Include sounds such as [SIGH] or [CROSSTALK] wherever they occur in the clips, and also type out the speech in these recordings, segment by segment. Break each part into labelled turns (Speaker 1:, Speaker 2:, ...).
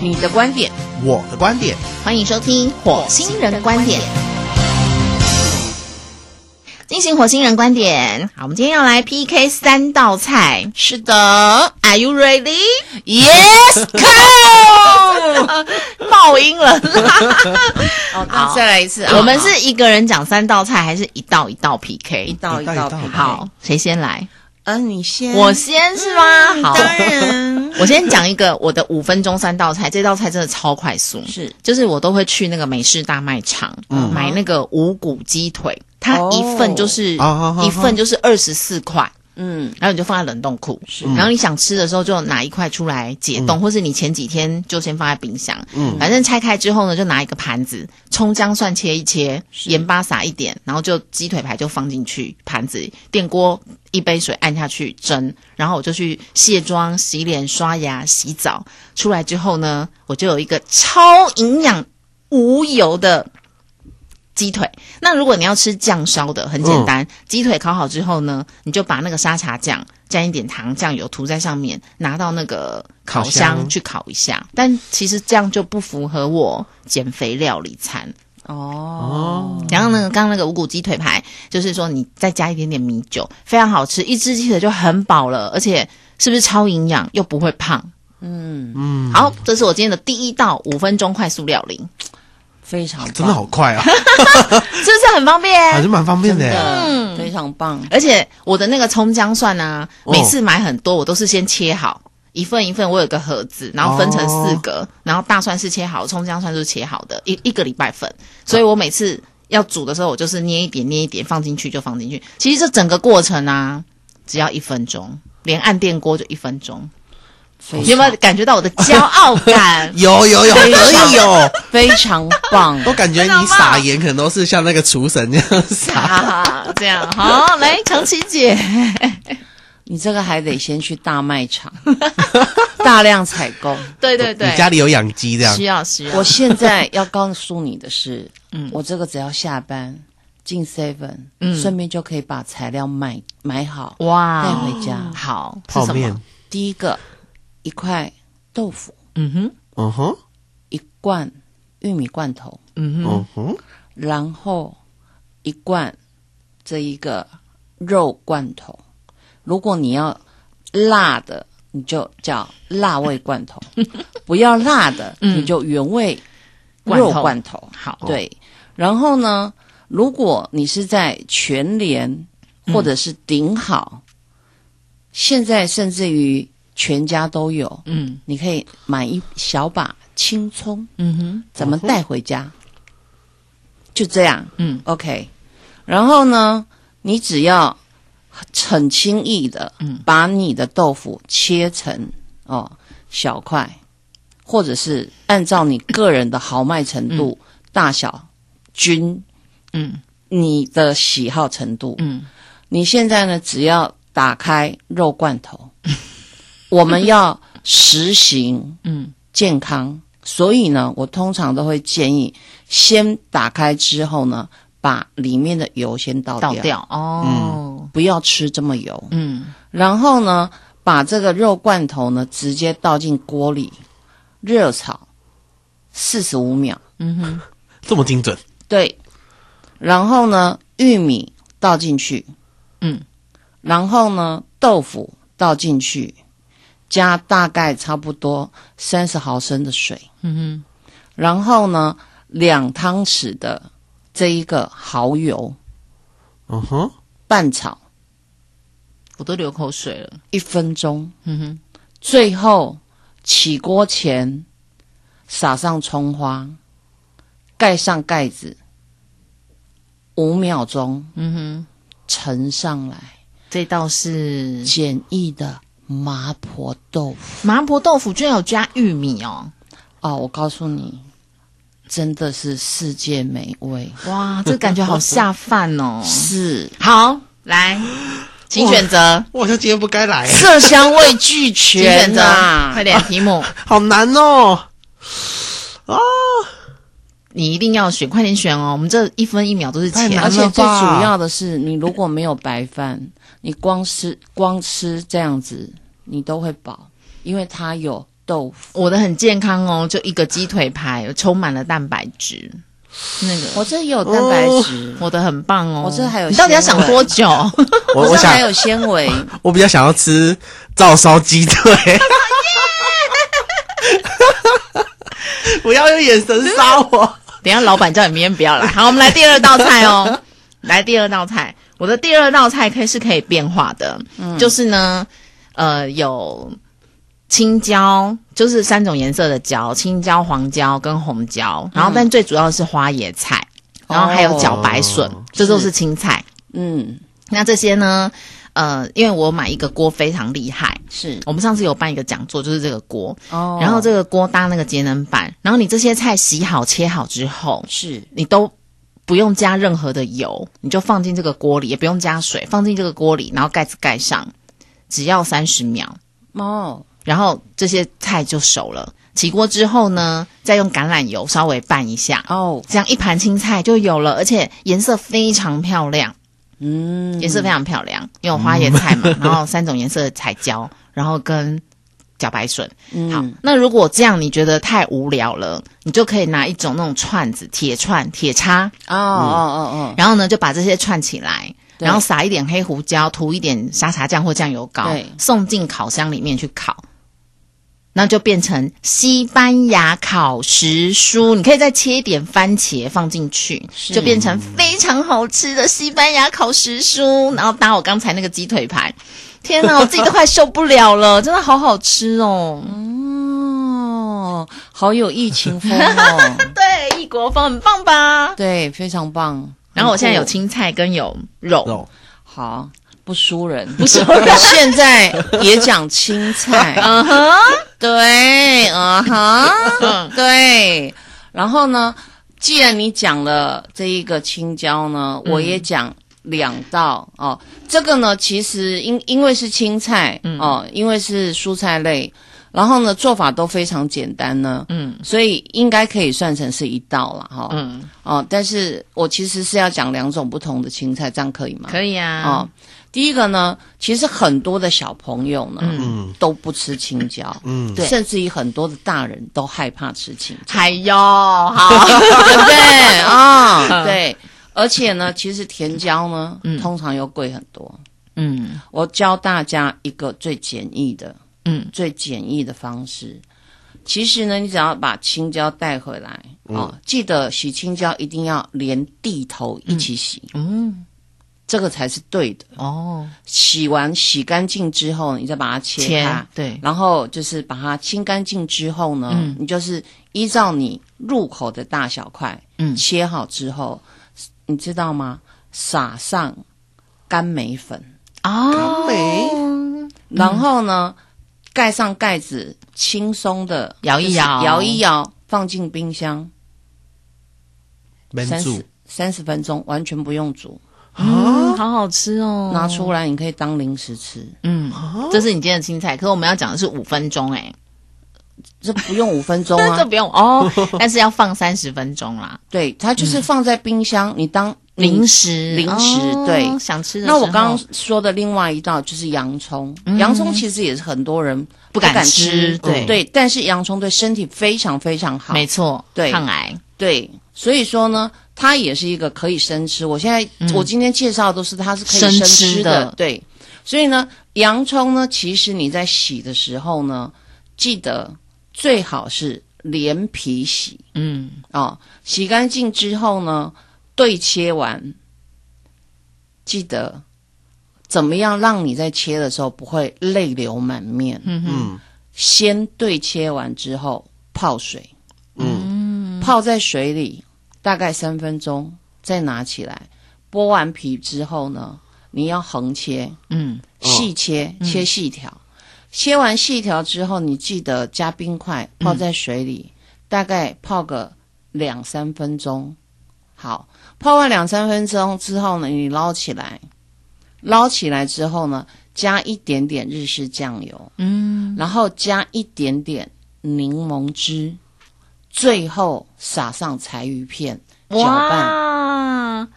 Speaker 1: 你的观点，
Speaker 2: 我的观点，
Speaker 1: 欢迎收听《火星人的观点》。进行火星人观点，好，我们今天要来 PK 三道菜。
Speaker 2: 是的
Speaker 1: Are you ready?
Speaker 2: ，Yes Go！
Speaker 1: [LAUGHS] 爆音了，
Speaker 2: 哦，那
Speaker 1: 好
Speaker 2: 再来一次啊！
Speaker 1: 我们是一个人讲三道菜，还是一道一道
Speaker 2: 一
Speaker 1: PK？
Speaker 2: 道一
Speaker 3: 一道
Speaker 2: 道
Speaker 3: 一道
Speaker 2: 品牌，
Speaker 1: 好，谁先来？
Speaker 2: 呃，你先，
Speaker 1: 我先是吗？好，
Speaker 2: 嗯当然
Speaker 1: 我先讲一个我的五分钟三道菜，这道菜真的超快速。
Speaker 2: 是
Speaker 1: 就是我都会去那个美式大卖场、
Speaker 3: 嗯
Speaker 1: 买那个五谷鸡腿，它
Speaker 2: 哦
Speaker 1: 一份就是、
Speaker 3: 啊哈哈哈
Speaker 1: 一份就是二十四块，
Speaker 2: 嗯，
Speaker 1: 然后你就放在冷冻库，
Speaker 2: 是
Speaker 1: 然后你想吃的时候就拿一块出来解冻，或是你前几天就先放在冰箱，
Speaker 3: 嗯
Speaker 1: 反正拆开之后呢，就拿一个盘子，葱姜蒜切一切，
Speaker 2: 是
Speaker 1: 盐巴撒一点，然后就鸡腿排就放进去盘子里，电锅一杯水按下去蒸，然后我就去卸妆、洗脸、刷牙、洗澡，出来之后呢，我就有一个超营养无油的。鸡腿，那如果你要吃酱烧的，很简单，鸡腿烤好之后呢，你就把那个沙茶酱蘸一点糖、酱油涂在上面，拿到那个烤
Speaker 3: 烤
Speaker 1: 箱
Speaker 3: 箱
Speaker 1: 去烤一下。但其实这样就不符合我减肥料理餐。
Speaker 2: 哦，
Speaker 3: 嗯
Speaker 1: 然后呢，刚刚那个五谷鸡腿排，就是说你再加一点点米酒，非常好吃，一只鸡腿就很饱了，而且是不是超营养又不会胖？
Speaker 2: 嗯，
Speaker 3: 嗯，
Speaker 1: 好，这是我今天的第一道五分钟快速料理，
Speaker 2: 非常棒
Speaker 3: 真的好快
Speaker 1: [LAUGHS]
Speaker 3: 啊，
Speaker 1: 是不是很方
Speaker 3: 还是
Speaker 1: 便？
Speaker 3: 蛮方便
Speaker 2: 真
Speaker 3: 的耶。
Speaker 2: 的
Speaker 1: 嗯
Speaker 2: 非常棒，
Speaker 1: 而且我的那个葱姜蒜啊，
Speaker 3: 哦？
Speaker 1: 每次买很多，我都是先切好。一份一份，我有个盒子，然后分成四格，然后大蒜是切好，葱姜蒜是切好的，一一个礼拜份，所以我每次要煮的时候，我就是捏一点捏一点放进去就放进去。其实这整个过程啊，只要一分钟，连按电锅就一分钟。
Speaker 2: 非
Speaker 1: 你有没有
Speaker 2: 常
Speaker 1: 感觉到我的骄傲感
Speaker 3: [LAUGHS] 有有有，可以有，
Speaker 2: 非常棒
Speaker 3: 我感觉
Speaker 1: 真的吗
Speaker 3: 你撒盐可能都是像那个厨神那样撒。
Speaker 1: 啊，这样好，来长琪姐，
Speaker 2: 你这个还得先去大卖
Speaker 1: [LAUGHS]
Speaker 2: 场大量采购。
Speaker 1: 对对 [LAUGHS] 对
Speaker 3: 你，家里有养鸡这样
Speaker 1: 需？要需要，
Speaker 2: 我现在要告诉你的是，
Speaker 1: 嗯
Speaker 2: 我这个只要下班进 Seven，
Speaker 1: 嗯
Speaker 2: 顺便就可以把材料买买好带
Speaker 1: 哇，
Speaker 2: 回家。
Speaker 1: 好是
Speaker 3: 泡
Speaker 1: 什么？
Speaker 3: 面，
Speaker 2: 第一个一块豆腐，
Speaker 1: 嗯哼，
Speaker 3: 嗯哼，
Speaker 2: 一罐玉米罐头，
Speaker 1: 嗯哼，
Speaker 3: 嗯哼，
Speaker 2: 然后一罐这一个肉罐头。如果你要辣的，你就叫辣味罐 [LAUGHS] 头；不要辣的，
Speaker 1: 嗯
Speaker 2: 你就原味
Speaker 1: 罐头
Speaker 2: 肉罐头。
Speaker 1: 好，
Speaker 2: 对，然后呢，如果你是在全联或者是顶好，现在甚至于全家都有，
Speaker 1: 嗯
Speaker 2: 你可以买一小把青葱，
Speaker 1: 嗯哼，
Speaker 2: 咱们带回家，就这样
Speaker 1: 嗯
Speaker 2: ，OK。然后呢，你只要很轻易的
Speaker 1: 嗯
Speaker 2: 把你的豆腐切成哦小块，或者是按照你个人的豪迈程度、大小均
Speaker 1: 嗯
Speaker 2: 你的喜好程度。
Speaker 1: 嗯，
Speaker 2: 你现在呢，只要打开肉罐
Speaker 1: [LAUGHS]
Speaker 2: 头，我们要实行
Speaker 1: 嗯
Speaker 2: 健康，所以呢，我通常都会建议先打开之后呢，把里面的油先倒掉，
Speaker 1: 嗯倒掉哦，
Speaker 2: 不要吃这么油。
Speaker 1: 嗯
Speaker 2: 然后呢，把这个肉罐头呢直接倒进锅里热炒四十五秒，
Speaker 1: 嗯哼，
Speaker 3: 这么精准，
Speaker 2: 对。然后呢，玉米倒进去，
Speaker 1: 嗯
Speaker 2: 然后呢，豆腐倒进去，加大概差不多三十毫升的水，
Speaker 1: 嗯
Speaker 2: 然后呢，两汤匙的这一个蚝油
Speaker 3: 嗯哼，
Speaker 2: 拌炒
Speaker 1: 哼，我都流口水了，
Speaker 2: 一分钟，
Speaker 1: 嗯哼，
Speaker 2: 最后起锅前撒上葱花，盖上盖子，五秒钟
Speaker 1: 嗯哼，
Speaker 2: 盛上来，
Speaker 1: 这道是
Speaker 2: 简易的麻婆豆腐。
Speaker 1: 麻婆豆腐，居然有加玉米哦，
Speaker 2: 哦，我告诉你，真的是世界美味，
Speaker 1: [LAUGHS] 哇，这感觉好下饭哦，
Speaker 2: 是
Speaker 1: 好，来，请选择，
Speaker 3: 我好像今天不该来，
Speaker 2: 色香味俱
Speaker 1: 请选
Speaker 2: 全啊
Speaker 1: 择，
Speaker 2: 呐、
Speaker 1: 快点，题目
Speaker 3: 好难哦。
Speaker 1: 你一定要选，快点选哦，我们这一分一秒都是
Speaker 3: 太难
Speaker 1: 钱
Speaker 3: 了
Speaker 2: 而且最主要的是，你如果没有白饭，你光吃光吃这样子，你都会饱，因为它有豆腐。
Speaker 1: 我的很健康哦，就一个鸡腿排，充满了蛋白质。那个
Speaker 2: 我这也有蛋白质，
Speaker 1: 我的很棒哦，
Speaker 2: 我这还有
Speaker 1: 你到底要
Speaker 2: 纤
Speaker 1: 想
Speaker 2: 维
Speaker 1: 多久？
Speaker 3: 我我
Speaker 2: 这还
Speaker 3: 想
Speaker 2: 有纤 [LAUGHS] 维，
Speaker 3: 我比较想要吃照烧鸡
Speaker 1: [LAUGHS]
Speaker 3: 腿。不要用眼
Speaker 1: [LAUGHS]
Speaker 3: 神杀我！
Speaker 1: 等一下老板叫你明天不要来。好，我们来第二道菜哦，来第二道菜。我的第二道菜可以是可以变化的，就是呢，呃，有青椒，就是三种颜色的椒，青椒、黄椒跟红椒，然后但最主要是花椰菜，然后还有茭白笋，
Speaker 3: 哦
Speaker 1: 这都是青菜。
Speaker 2: 嗯，
Speaker 1: 那这些呢，呃，因为我买一个锅非常厉害，
Speaker 2: 是
Speaker 1: 我们上次有办一个讲座，就是这个锅，
Speaker 2: 哦
Speaker 1: 然后这个锅搭那个节能板，然后你这些菜洗好切好之后，
Speaker 2: 是
Speaker 1: 你都不用加任何的油，你就放进这个锅里，也不用加水，放进这个锅里，然后盖子盖上，只要三十秒，
Speaker 2: 哦，
Speaker 1: 然后这些菜就熟了。起锅之后呢，再用橄榄油稍微拌一下，
Speaker 2: 哦，
Speaker 1: 这样一盘青菜就有了，而且颜色非常漂亮。
Speaker 2: 嗯，
Speaker 1: 颜色非常漂亮，因为有花椰菜嘛，然后三种颜色的彩椒，然后跟茭白笋。
Speaker 2: 嗯
Speaker 1: 好，那如果这样你觉得太无聊了，你就可以拿一种那种串子、铁串、铁叉，
Speaker 2: 哦哦哦
Speaker 1: 然后呢就把这些串起来。
Speaker 2: 对
Speaker 1: 然后撒一点黑胡椒，涂一点沙茶酱或酱油膏
Speaker 2: 对，
Speaker 1: 送进烤箱里面去烤，那就变成西班牙烤时蔬。你可以再切一点番茄放进去，
Speaker 2: 是
Speaker 1: 就变成非常好吃的西班牙烤时蔬。然后搭我刚才那个鸡腿排，天哪，我自己都快受不了了，真的好好吃哦！
Speaker 2: 嗯哦，好有疫情风哦， [LAUGHS]
Speaker 1: 对，异国风很棒吧？
Speaker 2: 对，非常棒。
Speaker 1: 然后我现在有
Speaker 2: 很酷
Speaker 1: 青菜跟有肉，
Speaker 3: 肉
Speaker 2: 好 [LAUGHS] 不输人，
Speaker 1: 不是我
Speaker 2: 现在也讲青菜，嗯哼， [LAUGHS] 对，嗯哼， [LAUGHS] 对。然后呢，既然你讲了这一个青椒呢，我也讲两道哦。这个呢，其实因因为是青菜哦，因为是蔬菜类，然后呢做法都非常简单呢，
Speaker 1: 嗯
Speaker 2: 所以应该可以算成是一道了哈。
Speaker 1: 嗯，
Speaker 2: 哦，但是我其实是要讲两种不同的青菜，这样可以吗？
Speaker 1: 可以啊，
Speaker 2: 哦，第一个呢，其实很多的小朋友呢、
Speaker 1: 嗯
Speaker 3: 嗯
Speaker 2: 都不吃青椒，
Speaker 3: 嗯，
Speaker 1: 对
Speaker 2: 甚至于很多的大人都害怕吃青
Speaker 1: [LAUGHS]
Speaker 2: 椒，
Speaker 1: 哎呦，好，
Speaker 2: 对不对啊？
Speaker 1: 嗯
Speaker 2: 对，而且呢，其实甜椒呢，
Speaker 1: 嗯
Speaker 2: 通常又贵很多。
Speaker 1: 嗯
Speaker 2: 我教大家一个最简易的、
Speaker 1: 嗯
Speaker 2: 最简易的方式。其实呢，你只要把青椒带回来哦，记得洗青椒一定要连地头一起洗，
Speaker 1: 嗯，
Speaker 2: 这个才是对的。
Speaker 1: 哦，
Speaker 2: 洗完洗干净之后，你再把它切开
Speaker 1: 钱，对，
Speaker 2: 然后就是把它清干净之后呢，
Speaker 1: 嗯
Speaker 2: 你就是依照你入口的大小块，
Speaker 1: 嗯
Speaker 2: 切好之后，你知道吗？撒上干梅粉，哦
Speaker 1: 啊，
Speaker 3: 美
Speaker 1: 嗯
Speaker 2: 然后呢，盖上盖子，轻松的
Speaker 1: 摇一摇
Speaker 2: 摇一摇，放进冰箱
Speaker 3: 门
Speaker 2: 三
Speaker 3: 主
Speaker 2: 十三十分钟，完全不用煮，
Speaker 1: 嗯，好好吃哦，
Speaker 2: 拿出哦来你可以当零食吃，
Speaker 1: 嗯，这是你今天的青菜，可我们要讲的是五分钟，哎，
Speaker 2: 这不用五分钟啊
Speaker 1: [LAUGHS] 这，不用
Speaker 2: [LAUGHS]
Speaker 1: 哦，但是要放三十分钟啦，
Speaker 2: 对，它就是放在冰箱，你当
Speaker 1: 零食，
Speaker 2: 零食
Speaker 1: 哦
Speaker 2: 对
Speaker 1: 想吃的时
Speaker 2: 那
Speaker 1: 候。嗯
Speaker 2: 我刚刚说的另外一道就是洋葱，洋葱其实也是很多人
Speaker 1: 不敢
Speaker 2: 敢
Speaker 1: 吃对
Speaker 2: 对，但是洋葱对身体非常非常好，
Speaker 1: 没错，
Speaker 2: 对
Speaker 1: 抗癌，
Speaker 2: 对，所以说呢，它也是一个可以生吃。我现在、我今天介绍的都是它是可以
Speaker 1: 嗯生
Speaker 2: 生
Speaker 1: 吃
Speaker 2: 吃
Speaker 1: 的
Speaker 2: 对，所以呢，洋葱呢，其实你在洗的时候呢，记得最好是连皮洗
Speaker 1: 嗯，
Speaker 2: 哦，洗干净之后呢，对切完，记得怎么样让你在切的时候不会泪流满面。嗯
Speaker 3: 嗯，
Speaker 2: 先对切完之后泡水，嗯，泡在水里大概三分钟，再拿起来，剥完皮之后呢，你要横切，
Speaker 1: 嗯，
Speaker 2: 细切，切细条。切完细条之后，你记得加冰块，
Speaker 1: 嗯
Speaker 2: 泡在水里，大概泡个两三分钟。好，泡完两三分钟之后呢，你捞起来，捞起来之后呢，加一点点日式酱油，嗯，然后加一点点柠檬汁，最后撒上柴鱼片搅拌。
Speaker 1: 哇，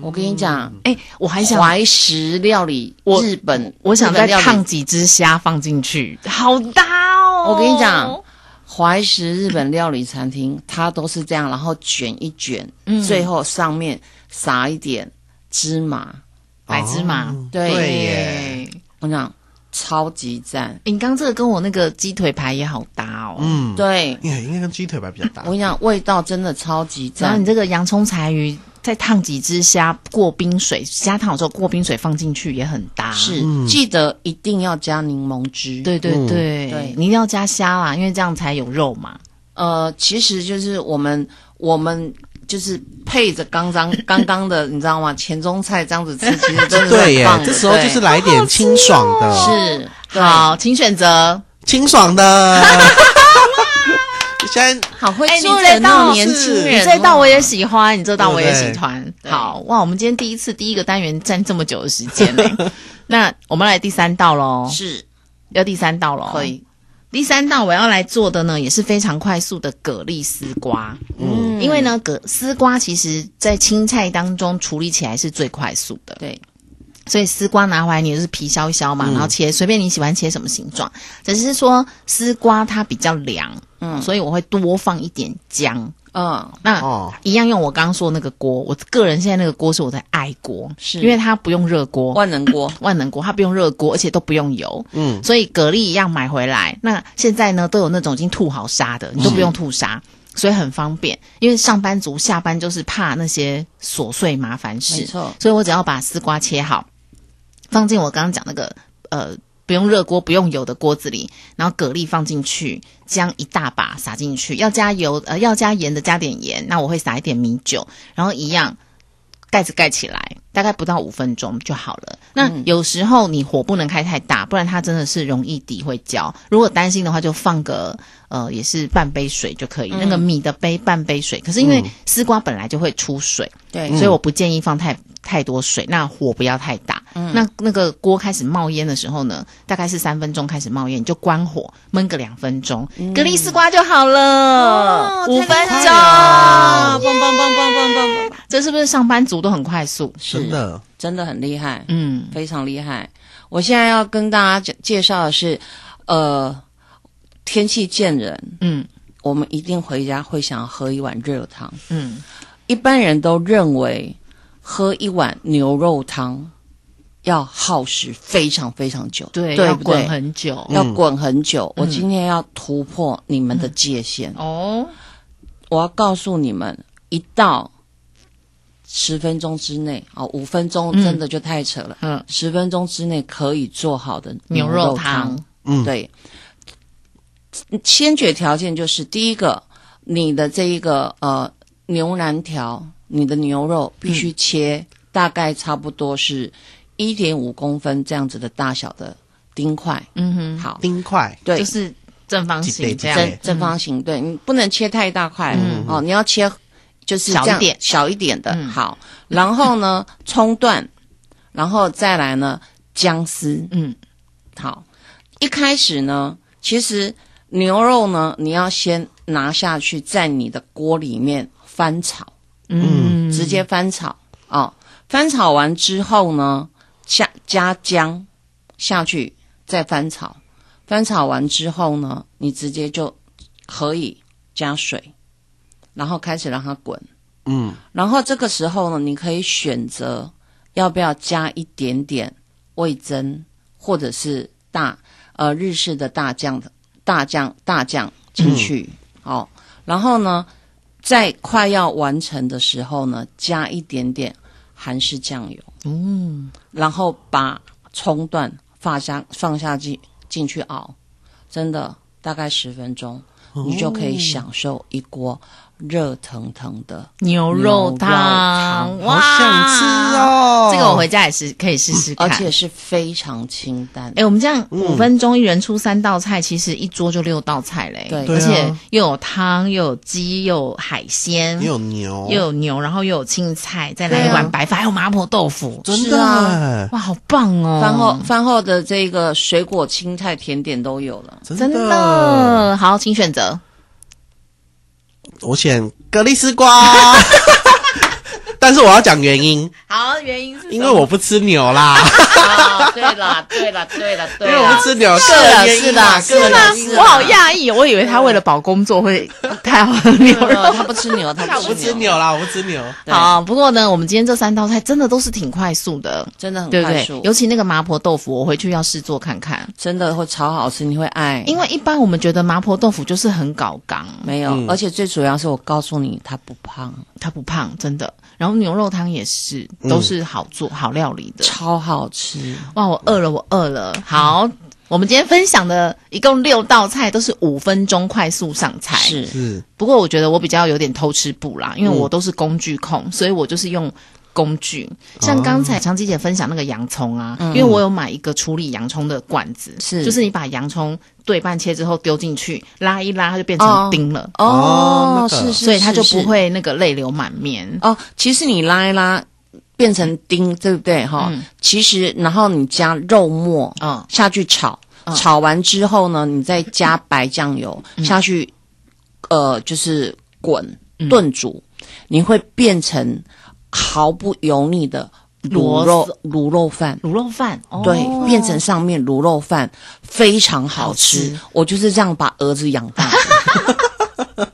Speaker 2: 我跟你讲，
Speaker 1: 哎，我还想，
Speaker 2: 怀石料理，
Speaker 1: 我
Speaker 2: 日本，
Speaker 1: 我想
Speaker 2: 日
Speaker 1: 再
Speaker 2: 本料理
Speaker 1: 烫几只虾放进去，好大
Speaker 2: 我跟你讲，怀石日本料理餐厅，它都是这样，然后卷一卷，
Speaker 1: 嗯
Speaker 2: 最后上面撒一点芝麻。
Speaker 1: 白芝麻
Speaker 3: 哦
Speaker 2: 对
Speaker 3: 对耶，
Speaker 2: 我讲超级赞，
Speaker 1: 哎诶你刚刚这个跟我那个鸡腿排也好搭哦。
Speaker 3: 嗯，
Speaker 2: 对
Speaker 3: 应该应该跟鸡腿排比较搭
Speaker 2: 我。跟你讲，味道真的超级
Speaker 1: 然后
Speaker 2: 赞
Speaker 1: 你。这个洋葱柴鱼，再烫几只虾，过冰水，虾烫好之后过冰水放进去也很搭。
Speaker 2: 是，记得一定要加柠檬汁。，
Speaker 1: 对对对，
Speaker 2: 对
Speaker 1: 你一定要加虾啦，因为这样才有肉嘛。
Speaker 2: 呃，其实就是我们我们就是配着刚刚刚刚的，你知道吗？前中菜这样子吃，其实真的是
Speaker 3: 对
Speaker 2: 很
Speaker 3: 耶
Speaker 2: 棒，的。
Speaker 3: 这时候就是哦来点清爽的，
Speaker 2: 对哦是
Speaker 1: 好，请选择。
Speaker 3: 清
Speaker 2: [LAUGHS]
Speaker 3: 爽的。现在
Speaker 2: 好会
Speaker 1: 哎你
Speaker 2: 做
Speaker 1: 这
Speaker 2: 人哦，
Speaker 1: 道
Speaker 2: 年轻
Speaker 3: 是
Speaker 1: 你
Speaker 2: 人哦。
Speaker 1: 这道我也喜欢，你这道我也
Speaker 3: 对
Speaker 1: 喜欢。好哇，我们今天第一次第一个单元占这么久的时间呢、
Speaker 2: [LAUGHS]
Speaker 1: 那我们来第三道喽，
Speaker 2: 哦是
Speaker 1: 要第三道喽。
Speaker 2: 可以，
Speaker 1: 第三道我要来做的呢，也是非常快速的蛤蜊丝瓜。
Speaker 2: 嗯
Speaker 1: 因为呢，葛丝瓜其实在青菜当中处理起来是最快速的，
Speaker 2: 对，嗯
Speaker 1: 所以丝瓜拿回来你就是皮削一削嘛，然后切，随便你喜欢切什么形状，只是说丝瓜它比较凉，嗯，所以我会多放一点姜。
Speaker 2: 嗯，
Speaker 1: 那、
Speaker 3: 哦，
Speaker 1: 一样用我刚刚说那个锅，我个人现在那个锅是我的爱锅，
Speaker 2: 是
Speaker 1: 因为它不用热锅，
Speaker 2: 万能锅
Speaker 1: 万能锅，它不用热锅，而且都不用油，
Speaker 3: 嗯，
Speaker 1: 所以蛤蜊一样买回来。那现在呢，都有那种已经吐好沙的，你都不用吐沙，所以很方便。因为上班族下班就是怕那些琐碎麻烦
Speaker 2: 没
Speaker 1: 事，
Speaker 2: 错，
Speaker 1: 所以我只要把丝瓜切好，放进我刚刚讲那个呃不用热锅不用油的锅子里，然后蛤蜊放进去，姜一大把撒进去，要加油呃要加盐的加点盐，那我会撒一点米酒，然后一样。盖子盖起来，大概不到五分钟就好了。那有时候你火不能开太大，不然它真的是容易底会焦。如果担心的话，就放个呃也是半杯水就可以，那个米的杯半杯水。可是因为丝瓜本来就会出水，
Speaker 2: 对，
Speaker 1: 所以我不建议放太太多水，那火不要太大。那那个锅开始冒烟的时候呢，大概是三分钟开始冒烟，你就关火焖个两分钟，蛤蜊丝瓜就好
Speaker 2: 哦
Speaker 1: 了，五、
Speaker 2: 太
Speaker 1: 分
Speaker 2: 厉害
Speaker 1: 钟。
Speaker 2: 棒棒棒棒棒棒棒，
Speaker 1: 这是不是上班族都很快速？
Speaker 3: 真的，
Speaker 2: 真的很厉害。
Speaker 1: 嗯，
Speaker 2: 非常厉害。我现在要跟大家介介绍的是，呃，天气见人，
Speaker 1: 嗯
Speaker 2: 我们一定回家会想喝一碗热汤。
Speaker 1: 嗯，
Speaker 2: 一般人都认为喝一碗牛肉汤要耗时非常非常久，
Speaker 1: 对，
Speaker 2: 对
Speaker 1: 要
Speaker 2: 不
Speaker 1: 滚
Speaker 2: 对？
Speaker 1: 很嗯久、
Speaker 2: 要滚很久。我今天要突破你们的界限，
Speaker 1: 哦。
Speaker 2: 我要告诉你们，一到十分钟之内，哦，五分钟真的就太扯了。
Speaker 1: 嗯，
Speaker 2: 十分钟之内可以做好的
Speaker 1: 牛
Speaker 2: 肉
Speaker 1: 肉汤，
Speaker 3: 嗯，
Speaker 2: 对，先决条件就是第一个，你的这一个呃牛腩条，你的牛肉必须
Speaker 1: 嗯
Speaker 2: 切大概差不多是一点五公分这样子的大小的丁块。
Speaker 1: 嗯哼，
Speaker 2: 好，
Speaker 3: 冰块，
Speaker 2: 对，
Speaker 1: 就是正方形
Speaker 3: 几倍
Speaker 1: 这
Speaker 3: 几
Speaker 1: 样
Speaker 3: 倍。
Speaker 2: 正正方形，对你不能切太大块、
Speaker 1: 嗯
Speaker 2: 哦，你要切就是
Speaker 1: 小一
Speaker 2: 这样
Speaker 1: 点
Speaker 2: 小一点的、
Speaker 1: 嗯
Speaker 2: 好。然后呢，葱段，然后再来呢姜丝，
Speaker 1: 嗯，
Speaker 2: 好。一开始呢，其实牛肉呢，你要先拿下去，在你的锅里面翻炒，
Speaker 1: 嗯，
Speaker 2: 直接翻炒哦。翻炒完之后呢，下加姜下去，再翻炒。翻炒完之后呢，你直接就可以加水，然后开始让它滚。
Speaker 3: 嗯，
Speaker 2: 然后这个时候呢，你可以选择要不要加一点点味增，或者是大呃日式的大酱的大酱大酱进去、哦。然后呢，在快要完成的时候呢，加一点点韩式酱油，嗯，然后把葱段放下放下进进去熬，真的大概十分钟，你就可以享受一锅热腾腾的。牛
Speaker 1: 牛肉
Speaker 2: 肉
Speaker 1: 汤，
Speaker 2: 汤
Speaker 1: 哇，
Speaker 3: 好想吃！哦。
Speaker 1: 这个我回家也是可以试试看，
Speaker 2: 而且是非常清淡
Speaker 1: 哎、。我们这样五分钟一人出三道菜，其实一桌就六道菜嘞。
Speaker 2: 对
Speaker 1: 而
Speaker 3: 对
Speaker 1: 且
Speaker 3: 啊
Speaker 1: 又有汤，又有鸡，又有海鲜，
Speaker 3: 也有牛，
Speaker 1: 又有牛，然后又有青菜，再来一碗白饭，还有麻婆豆腐，
Speaker 3: 真
Speaker 2: 是
Speaker 3: 的
Speaker 2: 啊
Speaker 3: 哎，
Speaker 1: 哇，好棒哦！
Speaker 2: 饭后饭后的这个水果、青菜、甜点都有了。 [LAUGHS]
Speaker 1: 真
Speaker 3: 真的，
Speaker 1: 的好，请选择。
Speaker 3: 我选格丽丝瓜。 [LAUGHS] 但是我要讲原因，
Speaker 1: 好，原因是
Speaker 3: 因为我不吃牛啦，
Speaker 2: 啊，对啦，对啦，对啦，[LAUGHS]
Speaker 3: 因
Speaker 2: 对
Speaker 3: 为我
Speaker 2: 啦
Speaker 3: 不，吃牛，
Speaker 2: 是
Speaker 3: 个人
Speaker 2: 啦
Speaker 3: 原
Speaker 2: 是
Speaker 3: 因嘛
Speaker 2: 啦
Speaker 3: 个人
Speaker 2: 啦
Speaker 3: 原因
Speaker 2: 是
Speaker 1: 我
Speaker 2: 啦
Speaker 1: 好讶异，我以为他为了保工作会太好了牛
Speaker 2: 没有
Speaker 1: 肉。
Speaker 2: 呃他不吃 [LAUGHS] 牛，他
Speaker 3: 我不吃，牛啦，我不吃牛。
Speaker 2: 对
Speaker 1: 好，不过呢，我们今天这三道菜真的都是挺快速的，
Speaker 2: 真的很
Speaker 1: 对不
Speaker 2: 快
Speaker 1: 对
Speaker 2: 速？，
Speaker 1: 尤其那个麻婆豆腐，我回去要试做看看。
Speaker 2: 真的会超好吃，你会爱。
Speaker 1: 因为一般我们觉得麻婆豆腐就是很搞刚，
Speaker 2: 没有，
Speaker 3: 嗯
Speaker 2: 而且最主要是我告诉你，他不胖，
Speaker 1: 它不胖，真的。然后牛肉汤也是，
Speaker 3: 嗯
Speaker 1: 都是好做、好料理的。
Speaker 2: 超好吃。
Speaker 1: 哇，我饿了，我饿了。好，我们今天分享的一共六道菜都是五分钟快速上菜。，
Speaker 2: 是，
Speaker 3: 是，
Speaker 1: 不过我觉得我比较有点偷吃步啦，因
Speaker 3: 嗯
Speaker 1: 为我都是工具控，所以我就是用。工具，
Speaker 2: 哦
Speaker 1: 像刚才强姐姐分享那个洋葱啊，因为我有买一个处理洋葱的罐子，
Speaker 2: 嗯是
Speaker 1: 就是你把洋葱对半切之后丢进去，拉一拉，它就变成
Speaker 2: 哦
Speaker 1: 丁了。
Speaker 3: 哦那个
Speaker 2: 是是，
Speaker 1: 所以他就是不会那个泪流满面。
Speaker 2: 哦。其实你拉一拉，变成丁，对不对？哈、
Speaker 1: 嗯
Speaker 2: 其实然后你加肉末
Speaker 1: 嗯，
Speaker 2: 下去炒，
Speaker 1: 嗯
Speaker 2: 炒完之后呢，你再加白酱油、下去，呃，就是滚
Speaker 1: 嗯
Speaker 2: 炖煮，你会变成毫不油腻的卤
Speaker 1: 螺
Speaker 2: 肉卤肉饭。
Speaker 1: 卤肉饭，哦
Speaker 2: 对，变成上面卤肉饭非常好吃，
Speaker 1: 好吃
Speaker 2: 我就是这样把儿子养
Speaker 1: [LAUGHS]
Speaker 2: 大的，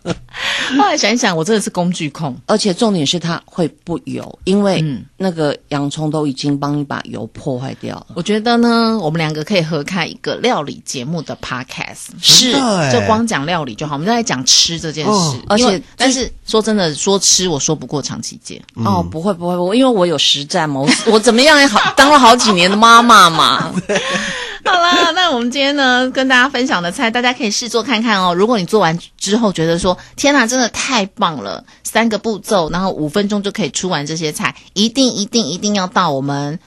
Speaker 1: 后来想一想，我真的是工具控。
Speaker 2: 而且重点是它会不油，因为
Speaker 1: 嗯
Speaker 2: 那个洋葱都已经帮你把油破坏掉了。
Speaker 1: 我觉得呢，我们两个可以合开一个料理节目的 podcast，
Speaker 2: 是
Speaker 3: 真的欸
Speaker 1: 就光讲料理就好，我们就来讲吃这件
Speaker 3: 哦
Speaker 1: 事。
Speaker 2: 而且
Speaker 1: 因为
Speaker 2: 最
Speaker 1: 但是说真的，说吃我说不过长期姐，
Speaker 2: 哦，不会不会，我因为我有实战嘛，我 [LAUGHS] 我怎么样也好当了好几年的妈妈嘛。
Speaker 1: 好啦，那我们今天呢跟大家分享的菜，大家可以试做看看哦。如果你做完之后觉得说，天哪，真的太棒了，三个步骤，然后五分钟就可以出完这些菜，一定一定一定要到我们。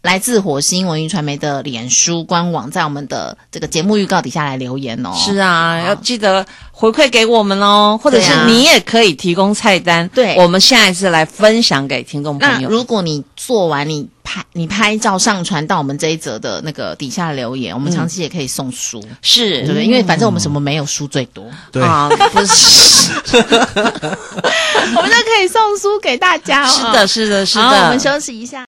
Speaker 1: 来自火星文娱传媒的脸书官网，在我们的这个节目预告底下来留言哦。
Speaker 2: 是啊，要记得回馈给我们哦，或者
Speaker 1: 对啊
Speaker 2: 是你也可以提供菜单，
Speaker 1: 对
Speaker 2: 我们下一次来分享给听众
Speaker 1: 那
Speaker 2: 朋友。
Speaker 1: 如果你做完，你拍你拍照上传到我们这一则的那个底下留言，我
Speaker 2: 嗯
Speaker 1: 们长期也可以送书，
Speaker 2: 是，
Speaker 1: 对不对？因为反正我们什么没有书最多。
Speaker 2: [LAUGHS]
Speaker 3: 对
Speaker 2: 啊，不是，
Speaker 1: [LAUGHS] 我们就可以送书给大家、哦。哦
Speaker 2: 是的，是的，是
Speaker 1: 好，我
Speaker 2: 的
Speaker 1: 们。休息一下。